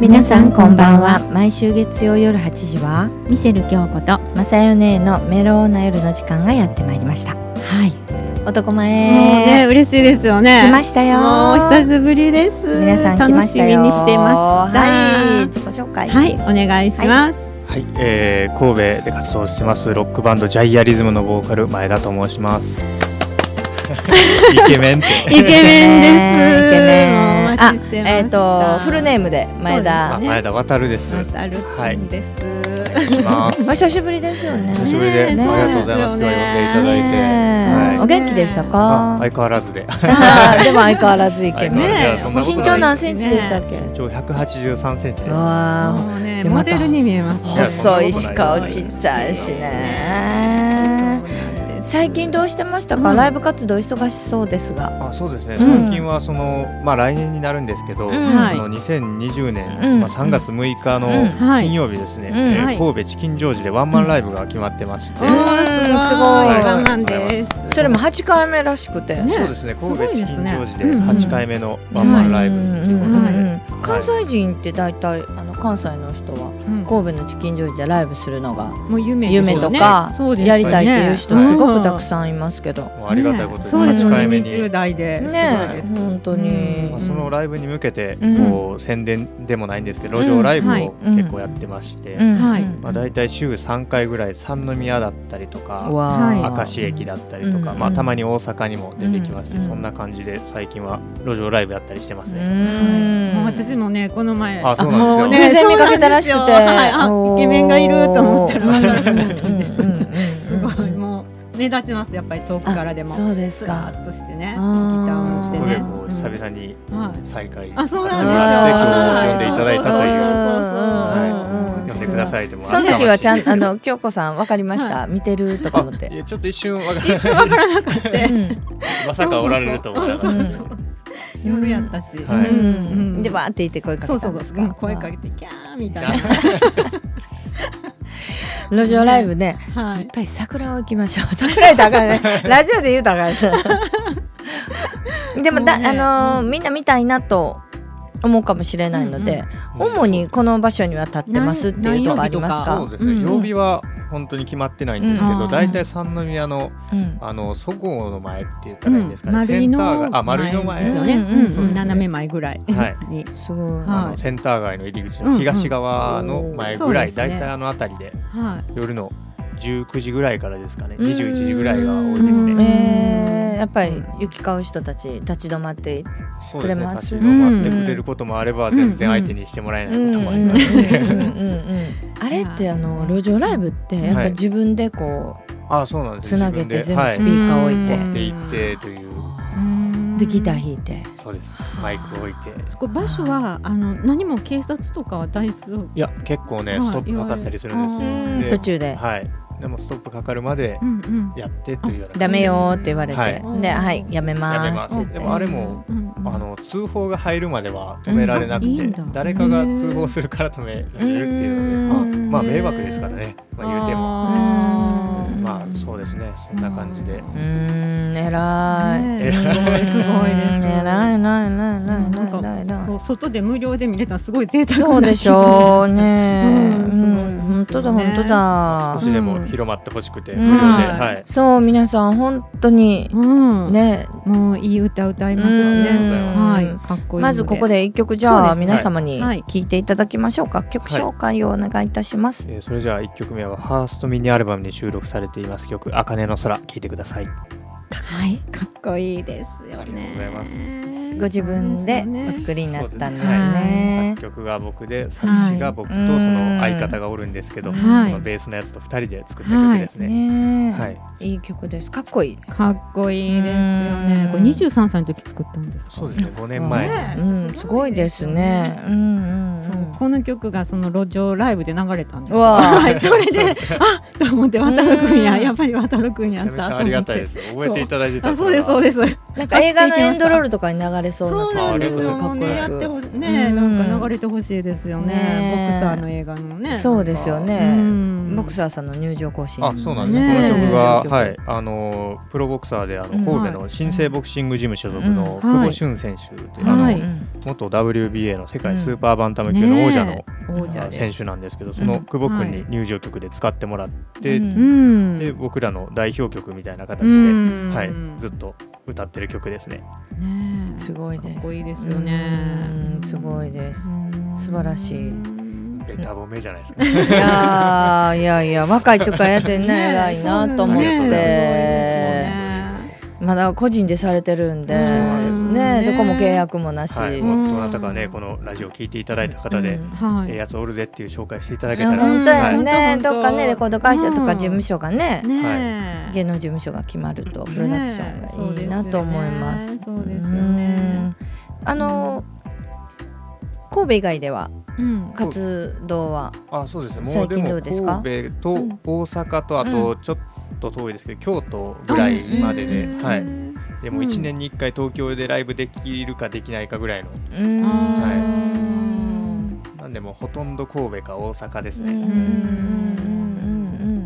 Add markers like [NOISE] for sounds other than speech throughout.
皆さんこんばんは毎週月曜夜8時はミシェル京子とはマサヨネのメローな夜の時間がやってまいりましたい、男もうね前嬉しいですよね来ましたよもう久しぶりです皆さん来ましたよ楽しみにしてましたはい自己紹介はい、お願いします、はい、えー、神戸で活動してますロックバンドジャイアリズムのボーカル前田と申します。イケメンイケメンって。ですイケメンもうお待ちしてましたあえっ、とフルネームで前あ田ね前田渡るです。お願またルくんです、いします。お久しぶりですよね久しぶりで、ねありがとうございます。そう今ですよ日は呼んでいねただいて、ねえはいお元気でしたあか相変わらずで、あー [LAUGHS] でも相変わらずイケメン、ねねええ、そんなことない身長何センチでしたっけ、一応183センチです。わあもうね、でモまたデルに見えます、ね。細いし顔ちっちゃいしね最近どうしてましたか、うんライブ活動忙しそうですがあ、そうですね。うん最近はそのまあ来年になるんですけど、うんそはいの2020うん年まあ3月6日うんのは金い。曜日ですね。うんえはいー神戸チキンジョージでワンマンライブが決まってましてお、んーすごい。すすごごいい。我慢です。それも8回目らしくて、ねそうですね。神戸チキンジョージでうんうん8回目のワンマンライブうにん行きうんまうしんて。関西人って大体あの関西の人はうん神戸のチキンジョージでライブするのがもう夢です夢よとねかそうですよやねりたいっていう人すごくたくさんいますけど、もうありがたいことねにそうですよ8ね。回目に20代で。ねえすごいです本当うんに、まあそのライブに向けてうんこう宣伝でもないんですけど路上ライブうんはいを結構やってまして、うんはいまあだいたい週3回ぐらい三宮だったりとかわはいあ明石駅だったりとか、うんまあたまに大阪にも出てきますし、うんそんな感じで最近は路上ライブやったりしてますね。はいもう私もね、この前。あそうなんですよもそ偶然う見なかんけたらしくでて、すよはいあ、イケメンがいると思ったら、まだうライブだったんです。ううすうごい、もう目立ちます。やっぱり遠くからでも。そうですすらか。ーっとしてね。あーギターを持そっこてでね。こう久々にはい再会さあせてそうもなんですよらって今日呼んでいただいたという。はい呼んでくださいでもその時はちゃんとああの京子さんわかりました、見てるとか思っいて。やちょっと一瞬わか一瞬わからなかった。うんまさかおられると思わなそかうっそたうそう夜やったし、はいうんうんでわーって言って声かそうけそたんうですそう、うんか。声かけてキャーみたいな、 [LAUGHS] 路上ライブね。はいっぱい桜を行きましょう。 [LAUGHS] 桜井だからね。ラジオで言うたからね。でもだもうねあのーみんな見たいなと思うかもしれないので、主にこの場所には立ってますっていうのがあります何か。そうですね、ん曜日は本当に決まってないんですけうど、ん大体三宮のうんあのそごうの前って言ったらいいんですかね、うんセンター街あ丸井の前ですよね、うんうんうんうん斜め前ぐらいに、はいすごい。あはのいセンター街の入り口の東側の前ぐらうんい、うんそうです大ね体あの辺りでは夜の19時ぐらいからですかね、うん21時ぐらいが多いですうねん。えーやっぱり行き交う人たち立ち止まってそうですね、くれま立すち止まってくれることもあれば、全然相手にしてもらえないこともありますし、あれってあの路上ライブってやっぱはい自分でこ [LAUGHS] あそうなんうですつなげて全部はいスピーカー置いて、うん持って行ってといういでギター弾いてそうですマイク置いてそこ場所はあの何も警察とかは大丈夫いや結構ね、はいストップかかったりするんですうよんで途中ではいでもストップかかるまでうんうんやってというよう「なダメよ」って言われて、はいで「はいやめます」やめっますてでもあれもうんうんあの通報が入るまでは止められなくて、うんあいいんだ誰かが通報するから止められるっていうので、うんまあ、まあ迷惑ですからね、まあ、言うてもあーうんまあそうですねそんな感じでうーん偉い。ねえすごいすごいですうん偉いないないないないないこなう外で無料で見れたらすごい贅い。沢なそうでしょうね。うんすごいですよね本当だ本当だ少。しでも広まってほしくて、うん無料で、うんはいそう皆さん本当にうん、ね。もういい歌歌いますしうんね。はうんい、かっこいいので。まずここで。で一曲じゃあそうですね皆様にはい聞いていただきましょうか。曲紹介をお願いいたします。えーそれじゃあ1曲目はファーストミニアルバムに収録されています曲「茜の空」聴いてくださいはい、かっこいいですよね。ありがとうございますご自分でおそう作りになったんですはいね。作曲が僕で作詞が僕とその相方がおるんですけど、うんはいそのベースのやつと2人で作った曲ですね。ねはいえいい曲です。かっこいい。かっこいいですようねん。これ二十三歳の時作ったんですか。そうですね5年前、ねうん、すごいですね。うんうん。そうこの曲がその路上ライブで流れたんですよ。うわーはい、それで、あ、と思って、渡るくんや、うんやっぱり渡るくんめやちゃっめちた。。ゃありがたいですすね覚えていただいてたあ、そうです、そうすです。 [LAUGHS] なんか映画のエンドロールとかに流れそうなそうなんですよ。あもうね、やってしほしい、ね、うんなんか流れてほしいですよねね。ボクサーの映画のね。そうですよねうんボクサーさんの入場行進あそうなんです、ねえこの入曲場が、曲はい、あのプロボクサーであのうん神戸の新生ボクシングジム所属のうん久はい保俊選手という、はあいの元 WBA の世界スーパーバンタム級の王王者の王者あで選す手なんですけどそうのん久保は君いに入場曲で使ってもらって、うんうんで僕らの代表曲みたいな形で、うんはい、ずずっと歌ってる曲ですね。ねえすごいです。かっこいいですよねうんすごいです。うん素晴らしいうんベタ褒めじゃないですか。いやーいやいや若い時からや [LAUGHS] ってんね偉いなと思っねえそうて。ねまだ個人でされてるんで、そうですねねどこも契約もなし。はい、んもうどなたかねこのラジオ聞いていただいた方で、うんはいええやつおるぜっていう紹介していただいけやたら、本当やはい、ね、本当どっかねレコード会社とか事務所がね、ねえ芸能事務所が決まるとねえプロダクションがいいなと思います。そうですよねうんあの神戸以外ではうん活動はあそうですね。も最うで近どうですかも神戸とうん大阪とあとちょっと遠いですけど、京都ぐらいまでで、うんはい。でもうん一年に一回東京でライブできるかできないかぐらいの、うーんはいなんでもうほとんど神戸か大阪ですうんうんうんね。うん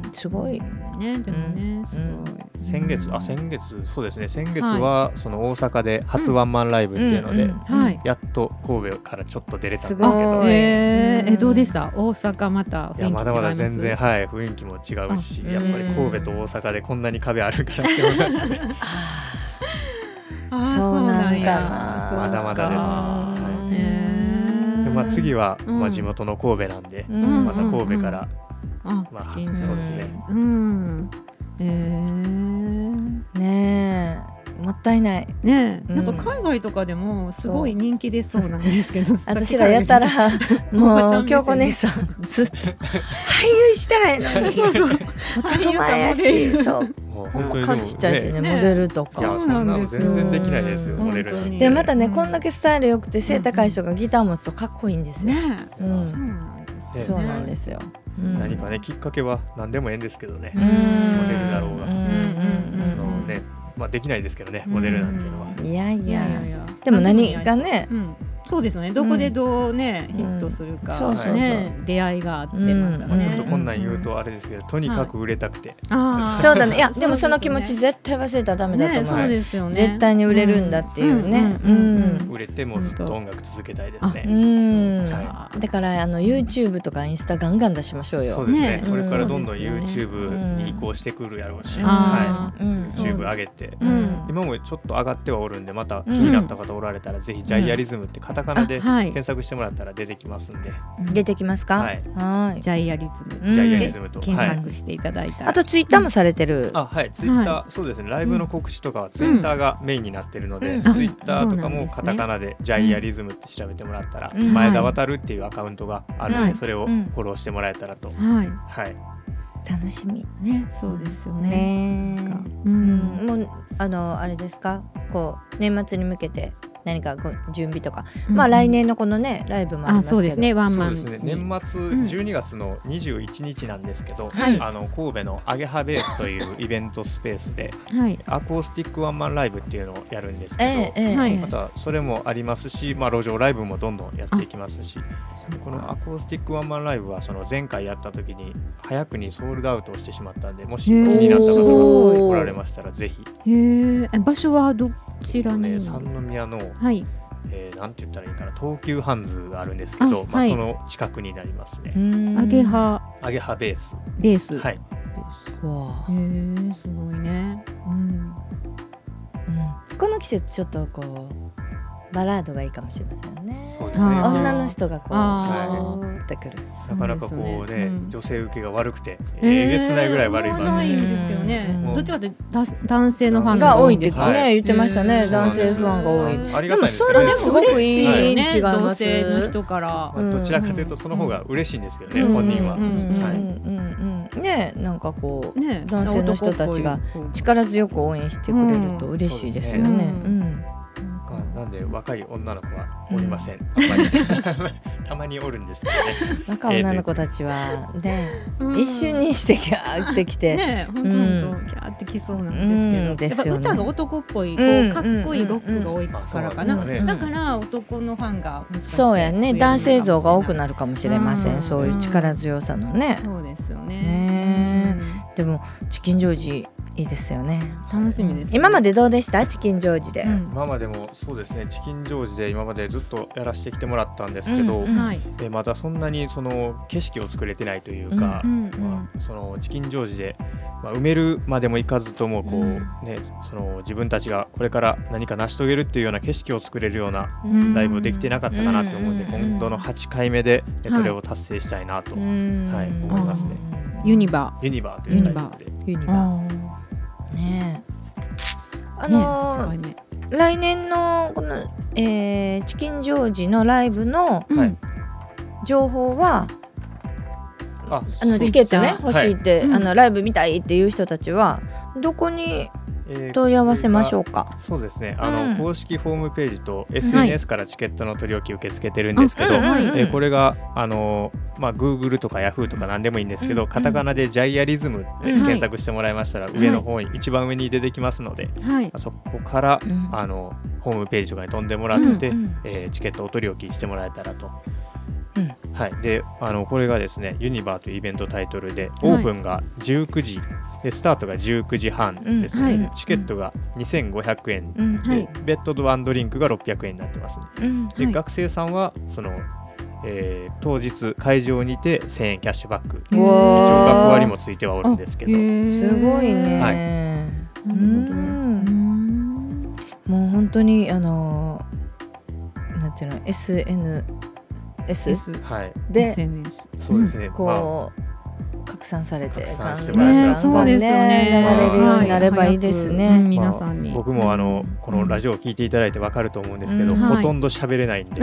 うんすごい。ねでもねすごい先月あ先月そうですね先月はその大阪で初ワンマンライブっていうので、うんうんはいやっと神戸からちょっと出れたんですけすごどいえうんえどうでした大阪また雰囲気い違やいまますだまだ全然はい雰囲気も違うしやっぱり神戸と大阪でこんなに壁あるからって思いましたねあーそうなんだやなそうかまだまだですはへえでまあ次は、うんまあ、地元の神戸なんで、うんまた神戸から、あまあチキンそうですねうんえーねえもったいないねうえんなんか海外とかでもすごい人気出そうなんですけど私らやったらさおばちもゃんう目線京子姉さんずっと俳優したらええ [LAUGHS] っのにきからそうそう男前やしそうもう本当に顔ちっちゃいしねねえモデルといやかそうそんななんのですよ全然できないですようんモデルなん本当にてでまたねうんこんだけスタイル良くて背高い人がギター持つとかっこいいんですよねえうんそうなんですえねそうなんですようん何かねきっかけは何でもええんですけどねう、うんんモデルだろうがんんうんそのねまあできないですけどねモデルなんていうのは、うんいやいいややいやいやでも何がねうんそうですよねどこでどうねんヒットするかそうそうそうね出会いがあってうんまたまあ、ねちょっとこんなん言うとあれですけどとにかく売れたくて、あーそうだねいやでもその気う持ですちよね絶対忘れたらダメだとね思うそうですよね絶対に売れるんだっていうねうんうんうんうん売れてもうずっと音楽続けたいですね、うんそうかだからあの YouTube とかインスタガンガン出しましょうよ。そうですねねこれからどんどんそうですよね YouTube に移行してくるやろうし、うんはあうんい、そう YouTube 上げてうんうん今もちょっと上がってはおるんでまた気になった方おられたら、ぜひジャイアリズムってカタカナであはい検索してもらったら出てきますんで、出てきますか。はいはーいジャイアリズムうんジャイアでリズムと、は検い索していただいたらあとツイッターもされてる。あはい、ツイッター、そうですねライブの告知とかはツイッターがメインになってるので、うんツイッターあそうとかなんもですねカタカナで「ジャイアリズム」って調べてもらったら、うん前田渡るっていうアカウントがあるので、はいそれをフうんォローしてもらえたらと、はいはい、楽しみ。ねそうですよねなねえんかううんん。もうあのあれですか。こう年末に向けて何かご準備とか。まあ来年のこのねライブもありあますけど。そうですねワンそうマンでにすね年末ん12月の21日なんですけど、はいあの神戸のアゲハベースというイベントスペースではいアコースティックワンマンライブっていうのをやるんですけえど、えええ。はいまたそれもありますし、まあ、路上ライブもどんどんやっていきますしこのアコースティックワンマンライブはその前回やった時に早くにソールドアウトをしてしまったんでもし気へーになった方がおーおられましたらぜひ、へーえ場所はどちらね、に三宮の、はいえーなんて言ったらいいかな東急ハンズがあるんですけどあまあ、はいその近くになりますね、うんアゲ。ハアゲハベース、ベースはい、わへあえすごいねうんうんこの季節ちょっとこうバラードがいいかもしれませんね。そうですねあー女の人がこうあーこうってくる。なかなかこうそうですねよねうん女性受けが悪くて、えげつないぐらい悪いあん番まな組いんですけどねうんどっちかってだ男性のファンが多いっでてすはかいね言ってましたへねー男性ファンが多そういなんですありがたいんですけでどもそれねでも嬉しいはい違います同性の人からまあどちらかというとその方が嬉しいんですけどね、うん本人は、うんうんはいうんうんねなんかこうね男性の人たちが男っぽい力強く応援してくれると嬉しいですよね。ううんまあ、なんで若い女の子はおりません、あんまりたまにおるんですけ [LAUGHS] どね若い女の子たちはねうん一瞬にしてギャーってきてね本当本当キャーってきそうなんですけど、うんやっぱ歌が男っぽい、こうんうかっこいいロックが多いからかな、うんうんうんうんだから男のファンがもしかしてそうやね男性像が多くるなるかもしれませうんんそういう力強さのね。そうですよねねでもチキンジョージいいですよね楽しみです、今まで、でどうでしたチキンジョージで、うん今までもそうですねチキンジョージで今までずっとやらせてきてもらったんですけうど、んうんはい、えまたそんなにその景色を作れてないというか、うんうんまあ、そのチキンジョージで、まあ、埋めるまでもいかずともこう、うんね、その自分たちがこれから何か成し遂げるっていうような景色を作れるようなうんライブできてなかったかなって思って、うん今度の8回目で、ねそれを達成したいなと、はい思いますねユニバユニバーというタイトルで。ユニーバあーねえああのーね、ね来年のこの、えーチキンジョージのライブのうんはい情報はああのツイッターチケットね欲しいって、うんあのライブ見たいっていう人たちはどこに問い合わせましょううか。そうですねあの、うん公式ホームページと SNS からチケットの取り置き受け付けてるんですけど、あはいえーこれが、あのーまあ、Google とか Yahoo とか何でもいいんですけど、うんカタカナでジャイアリズムってうん検索してもらいましたら、上の方に、一番上に出てきますので、はいそこから、あのホームページとかに飛んでもらって、うんうんえーチケットお取り置きしてもらえたらと。うんはい、であのこれがですねユニバーというイベントタイトルいでオープンが19時、でスタートが19時半ですね、うんはいでチケットが2500円うんで、はいベッドとワンドリンクが600円になってますねうんで、はい学生さんはその、えー当日会場にて1000円キャッシュバックうんう一応わー学割もついてはおるんですけど、すごいね、はいなるほどうんうんもう本当にあのーなんていうの SNS はいで SNS そうですね、まこう、拡散されて拡散してもらえたらねねえそうですよね流れるようはになればいいで早すくうんね。皆さんに、あ、僕もあのこのラジオを聞いていただいてわかると思うんですけど、うんはいほとんど喋れないんで、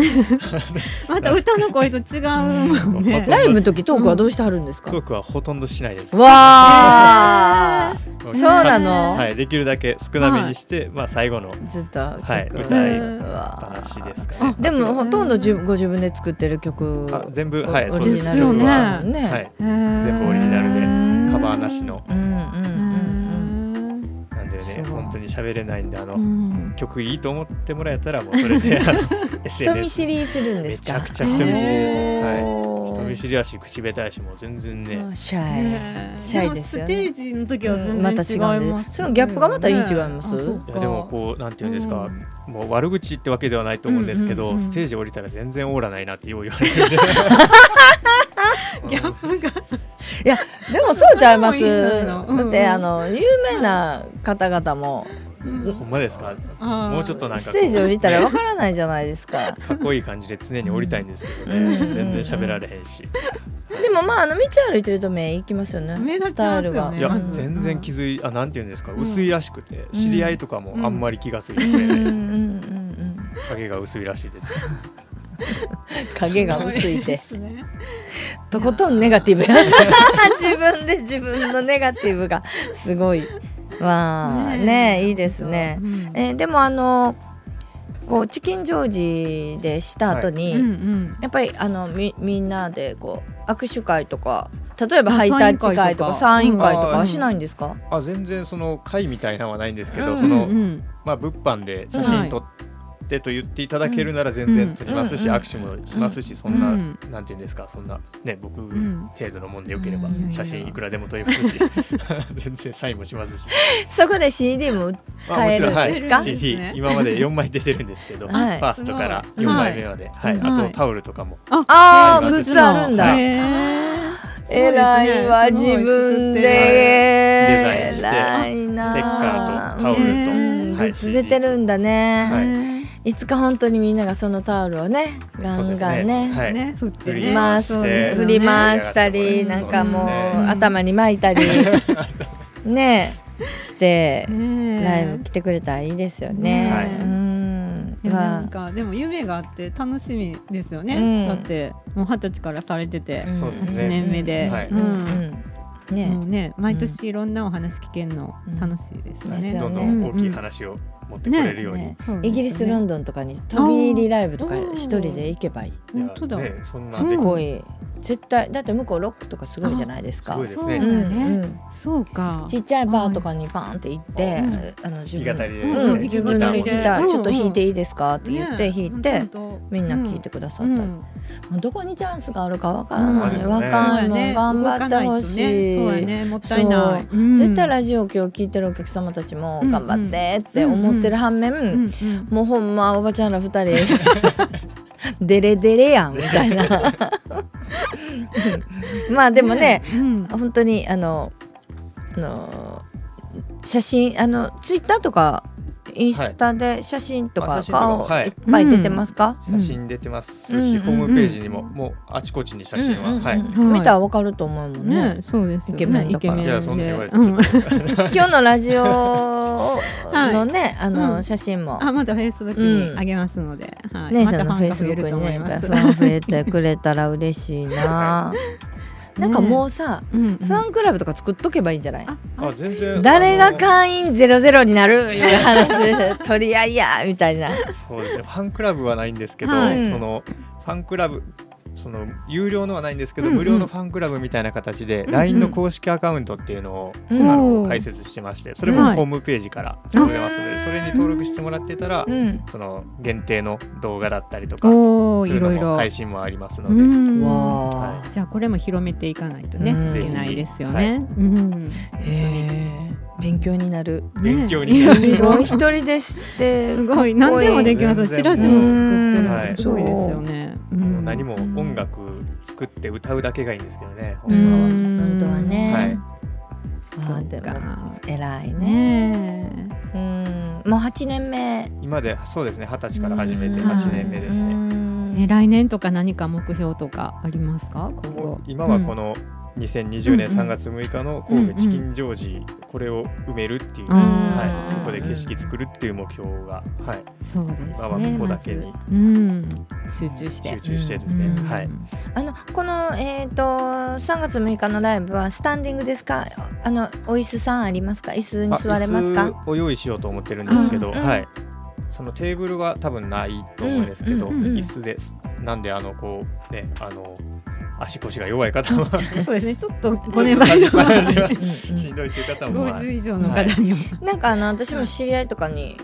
また歌の声と違う [LAUGHS] もんねラライイブブのの時時トトーーククははどどうしてはるんですか。トークはほとんどしな [LAUGHS] いです。わ [LAUGHS] ー、もそうなの。はい、できるだけ少なめにして、まあ最後のずっと歌はい曲歌いうわ話ですーかね。でもあほとんどじゅご自分で作ってる曲とはあ全部はいオそうリでジす。ナですよルねですもんね。はい、全全部オリジナルでうんカバーなしのうんうんうんうん。なんでそねう本当に喋れないんであの、うん曲いいと思ってもらえたらもうそれで [LAUGHS] あの SNS 人見知りするんですか。めちゃくちゃ人見知りですはい人人見知りやし口下手やしもう全然ね、シャイ。ねえシャイですよねでもステージの時は全然違いまた違うんまですそのギャップがまたいい違いますねあそういやでもこうなんていうんですか、もう悪口ってわけではないと思うんですけど、うんうんうんステージ降りたら全然オーラないなってよう言われるんでギャップがでもそうちゃいます。そういうだのもいいのってうんあの有名な方々も [LAUGHS] ほんまですかももうちょっとなんかスこうテージ降りたらわからないじゃないですか。かっこいい感じで常に降りたいんですけどうんねうんうん全然喋られへんしでもまああの道歩いてると目行きますよね。目立スちまタすよイねルが。いやまず全然気づいあなんていうんですかうん薄いらしくてうん知り合いとかもあんまり気がついてうんくうれんなういんでうすん影が薄いらしいですうん。影が薄いて。ねとことんネガティブ [LAUGHS] 自分で自分のネガティブがすごいわあねえいいですね、うんえーでもあのこうチキンジョージでした後に、うんうんやっぱりあのみみんなでこう握手会とか例えばハイタッチ会とかササイインン会会ととかかはしないんですか、あ全然その会みたいなのはないんですけうどんそのうんうんまあ物販で写真撮ってと言っていただけるなら全然撮りますしうんうん握手もしますしそうんなんなんていうんですかそんなね僕ん程度のもんでよければうん写真いくらでも撮りますし [LAUGHS] 全然サインもしますしそこで CD も売っまあもちろんは買えるんですかい CD ですね今まで4枚出てるんですけどフはァいーストからすごい4枚目まではいうんあはといタオルとかもあーはいグッズあるんだへええらいわ自分でデザインえしてらいステなッカーとタオルねうんとグはいッズ出てるんだね、はいいつか本当にみんながそのタオルをねガそうンですガンねはいね振って振ねり回回すしねて振り回したり、そうですなねんかもう頭に巻いたりねしてねえライブ来てくれたらいいですよね。はいうんいやわあなんかでも夢があって楽しみですよね、うんだってもう二十歳からされててうん、そうです8ね年目で、はいうんうんもねうね毎年いろんなお話聞けるのうん楽しいですよですね。よどんどねん大きい話を持ってこれるようにねそうですねイギリスロンドンとかに飛び入りライブとか一人で行けばいい。いや本当だね、そんなうでんかごい絶対だって向こうロックとかすごいじゃないですか。あすごいですそうねだうんね。うんそうか。ちっちゃいバーとかにバーンって行って、あの自弾き語分りうでで、んうん、自分のギギタターーちょっと弾いていいですかって言って弾いて、みんな聴いてくくださだったり、うんもうどこにチャンスがあるかわからうんそなうい、ですよね若いもん頑張ってほしい、そうやね、もったいない。うん絶対ラジオ今日聞いてるお客様たちも頑張ってって思ってる反面、うんうんもうほんまおばちゃんら二人 [LAUGHS] デレデレやんみたいな [LAUGHS] まあでもね、うん本当にあのあの写真あのツイッターとかインスタで写真とまあか写真とかも顔はいいっぱい出てますか、写真出てますし、うんホームページにも、もうあちこちに写真は、うんうんうんはい。はい見たらわかると思うもんねね、そうですよイケメね。ンだからでいやそんな言われてうんちょっと、今日のラジオ [LAUGHS] のね、あの、うん写真もあ、またフェイスブックにあげますので、はい姉まさんたのフファンェイがス増えブッるクとに思いねフます。 [LAUGHS] ァン増えてくれたら嬉しいななんかもうさ、うんファンクラブとか作っとけばいいんじゃないああ全然誰があの会員ゼロゼロになるいう話 [LAUGHS] 取り合いやみたいなそうですねファンクラブはないんですけど、はいそのファンクラブその有料のはないんですけど、うんうん無料のファンクラブみたいな形で、ん LINE の公式アカウントっていうのを、うんおあのー開設してましてそれもはいホームページから飛べますので、それに登録してもらってたら、うんその限定の動画だったりとかおそお、ういいうのろいもろ。配信もありますのうで、んわはじゃあこれも広めていかないとね、うんいけないですよぜひね。うんあへー勉強になる勉強にねなるいすろごいいろ一人でして [LAUGHS] すごい何でもできます。全然チラシも作ってるってすごいですよね。もう何も音楽楽作って歌うだけがいいんですけどね、うほんまはん本当ははいね、そあーでうもか。偉いねねえ。うんもう八年目今でそうですね二十歳から始めて8年目ですね。ね、ね来年とか何か目標とかありますか今も後う今はの、この2020年うんうん3月6日の神戸チキンジョージこれを埋めるっていう、うんはい、ここで消景し色作るっていう目標が、はい、そうですね、まあまあここだけにまずうん、集中して集中してですね、うんはい、あのこのえっ、と3月6日のライブはスタンディングですかあのお椅子さんありますか椅子に座れますあか椅子を用意しようと思ってるんですけど、あーうんはい、そのテーブルは多分ないと思うんですけど、うんうんうん椅子ですなんであのこうねあの足腰が弱い方は [LAUGHS] そうですねちょ [LAUGHS] っと5年前のちょっと立ちっぱなしはうんうん [LAUGHS] しんどいという方も、まあ50以上の方には、なんかあの私も知り合いとかに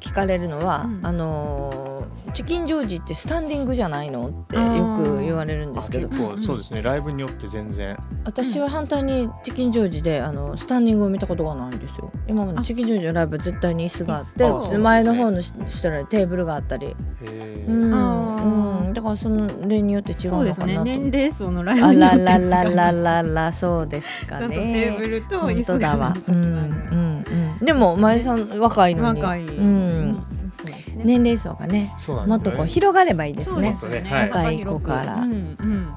聞聞かれるのは、うんあのーチキンジョージってスタンディングじゃないのってよく言われるんあですけ結ど構そうですねライブによって全然私は反対にチキンジョージであのスタンディングを見たことがないんですよ今までチキンジョージのライブは絶対に椅子があって椅子あそうで前の方のし人らにテーブルがあったり、へうーんあーうんだからその例によって違うそうでのすかなねと、年齢層のライブあによっらて違うらららららそうですちかゃねんとテーブルと椅本当子がだわある、うんうんうん、でも前さん若いのに若い、うん、そうですね年齢層がねそうなんもですよっねとこう広がればいいですそうねですよねはい若い子からうんうん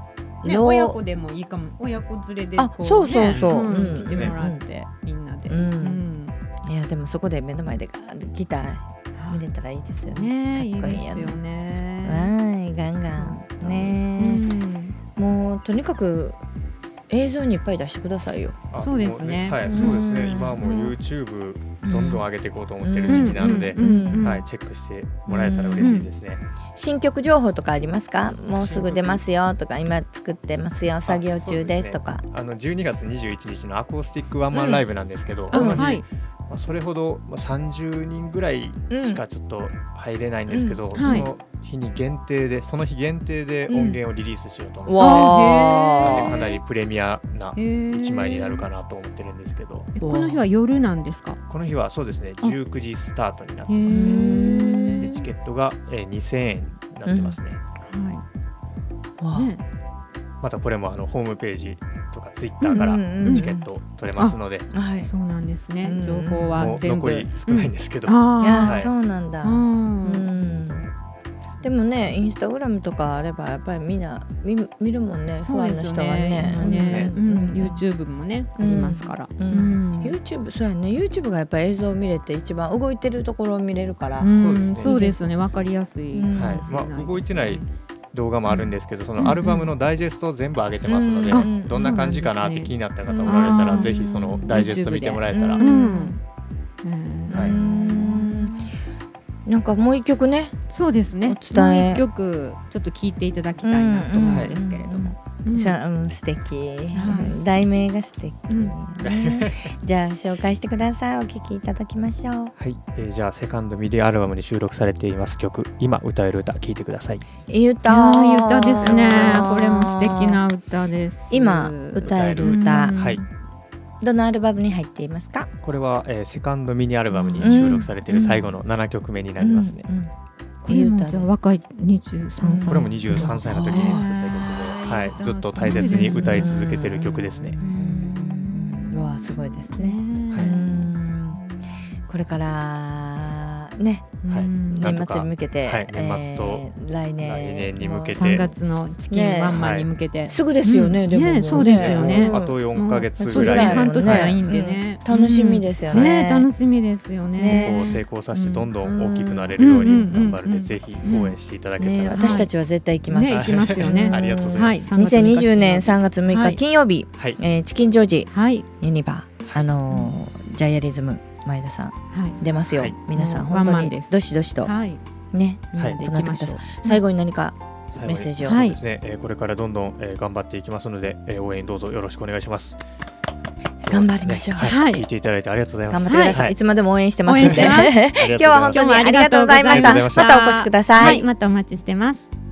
ね、よう親子でもいいかも親子連れでこう、ね、あそうそうそうんうん来てもらって、みんなで、うんんいやでもそこで目の前でガーッとギター見れたらいいですよねねかっこいいやんですよわね。ーいガンガンうねんえ、もうとにかく映像にいっぱい出してくださいよあそうですねもうはい、うんそうですね。今はもう YouTube どんどん上げていこうと思ってる時期なのでう、んうんうんはい、チェックしてもらえたら嬉しいですね。新曲情報とかありますかもうすぐ出ますよとか今作ってますよ作業中ですとかあの12月21日のアコースティックワンマンライブなんですけど、うんこのう日んはまい、あそれほどまあ30人ぐらいしかちょっと入れないんですけど、うんそはいの日に限定でその日限定で音源をリリースしようと思って、わーかなりプレミアな一一枚になるかなと思ってるんですけど、この日は夜なんですか。この日はそうですね、あ19時スタートになってへますね。ーでチケットが、えー、2000円になってますね。はわあい。ね、またこれもあのホームページとかツイッターからうんうんチケット取れますので、はいそうなんですね。うん情報もはう全部。残り少ないんですけど、いやあー、はいそうなんだあ、うんうんでもねインスタグラムとかあればやっぱりみんな見見るもんねフそうァでンのすよ人はね。ねそうですね。ううんん、YouTube もねありますから。ううんん。 YouTube そうやね YouTube がやっぱ映像を見れて一番動いてるところを見れるから、うんそそううでですすね。わかりやすいうんかもしれはいですまあね動いてない動画もあるんですけど、そうんのアルバムのダイジェストを全部上げてますので、うんうんどんな感じかなって気になった方おられたら、うんぜひそのダイジェスト見てもらえたら、うん。うんはいうんなんかもう一曲ね、そうですね。もうお伝え一曲ちょっと聞いていただきたいなと思うんですけれども。うんしゃうん、素敵、はい題名が素敵、うんね [LAUGHS] じゃあ紹介してくださいお聞きいただきましょうはい、えーじゃあセカンドミディアルバムに収録されています曲「今歌える歌」聴いてくださいゆいやたー歌ですね。これも素敵な歌です。今歌える歌うんはいどのアルバムに入っていますかこれは、えーセカンドミニアルバムに収録されている最後の7曲目になりますね、うんうんこれもじゃあ若い二十三歳。これも23歳の時に作った曲あーで、はいいい歌ずっと大切に歌い続けてる曲ですねうわあすごいですね、ねうえんこれからねはういんなん年とか末に向けて、はい年末とえー来年来年に向けて3月のチキンワンマンに向けて、すぐですよね、うんでもねそうですよねあと4ヶそ月うぐですらねい半年はがいいいんでね、うん楽しみですよねね楽しみですよねねこう成功させてどんどん大きくなれるように頑張るうんうんうんうんのでぜひ応援していただけねたら、私たちは絶対行きます、ね行きますよ [LAUGHS] ねありがとうございます、はい2020年3月6は日い金曜日、はいえーチキンジョージはいユニバーあのージャイアリズム前田さんはい出ますよ、はい皆さんうん本ワン当マンにですどしどしとはいねみんなで行きましょう、最後に何か最後にメッセージを、はいそうですね、えーこれからどんどん、えー頑張っていきますので、えー応援どうぞよろしくお願いします。頑張りましょうはい、はい聞いていただいてありがとうございま頑張す。ってください、、はいつまでも応援してますんで [LAUGHS] 応援してま今日は本当にありがとうございましたありがとうございまたましたお越しくださはいいまたお待ちしてます